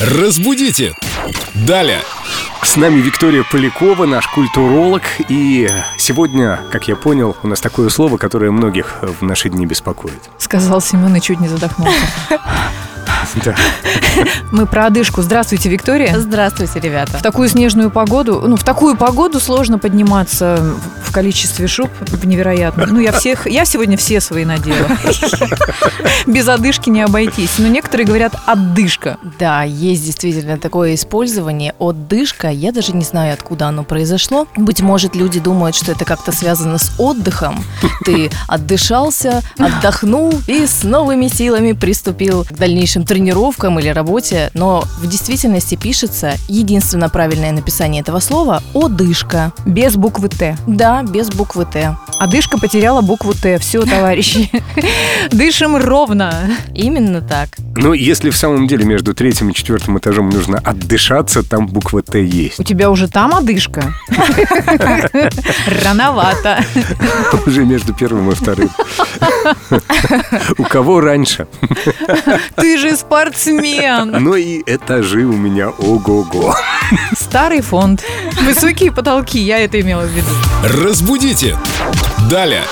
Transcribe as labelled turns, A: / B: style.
A: Разбудите! Далее!
B: С нами Виктория Полякова, наш культуролог. И сегодня, как я понял, у нас такое слово, которое многих в наши дни беспокоит.
C: Сказал Семен и чуть не задохнулся.
B: Да.
C: Мы про одышку. Здравствуйте, Виктория.
D: Здравствуйте, ребята.
C: В такую снежную погоду, ну, в такую погоду сложно подниматься в количестве шуб в невероятном. Ну, я всех, я сегодня все свои надела. Без одышки не обойтись. Но некоторые говорят отдышка.
D: Да, есть действительно такое использование. Отдышка, я даже не знаю, откуда оно произошло. Быть может, люди думают, что это как-то связано с отдыхом. Ты отдышался, отдохнул и с новыми силами приступил к дальнейшим тренировкам или работе. Но в действительности пишется единственно правильное написание этого слова – одышка.
C: Без буквы Т.
D: Да, без буквы «Т».
C: Одышка потеряла букву Т. Все, товарищи. Дышим ровно.
D: Именно так.
B: Но Ну, если в самом деле между третьим и четвертым этажом нужно отдышаться, там буква Т есть.
C: У тебя уже там одышка? Рановато.
B: Уже между первым и вторым. У кого раньше?
C: Ты же спортсмен.
B: Но и этажи у меня ого-го.
C: Старый фонд. Высокие потолки, я это имела в виду.
A: Разбудите! Далее!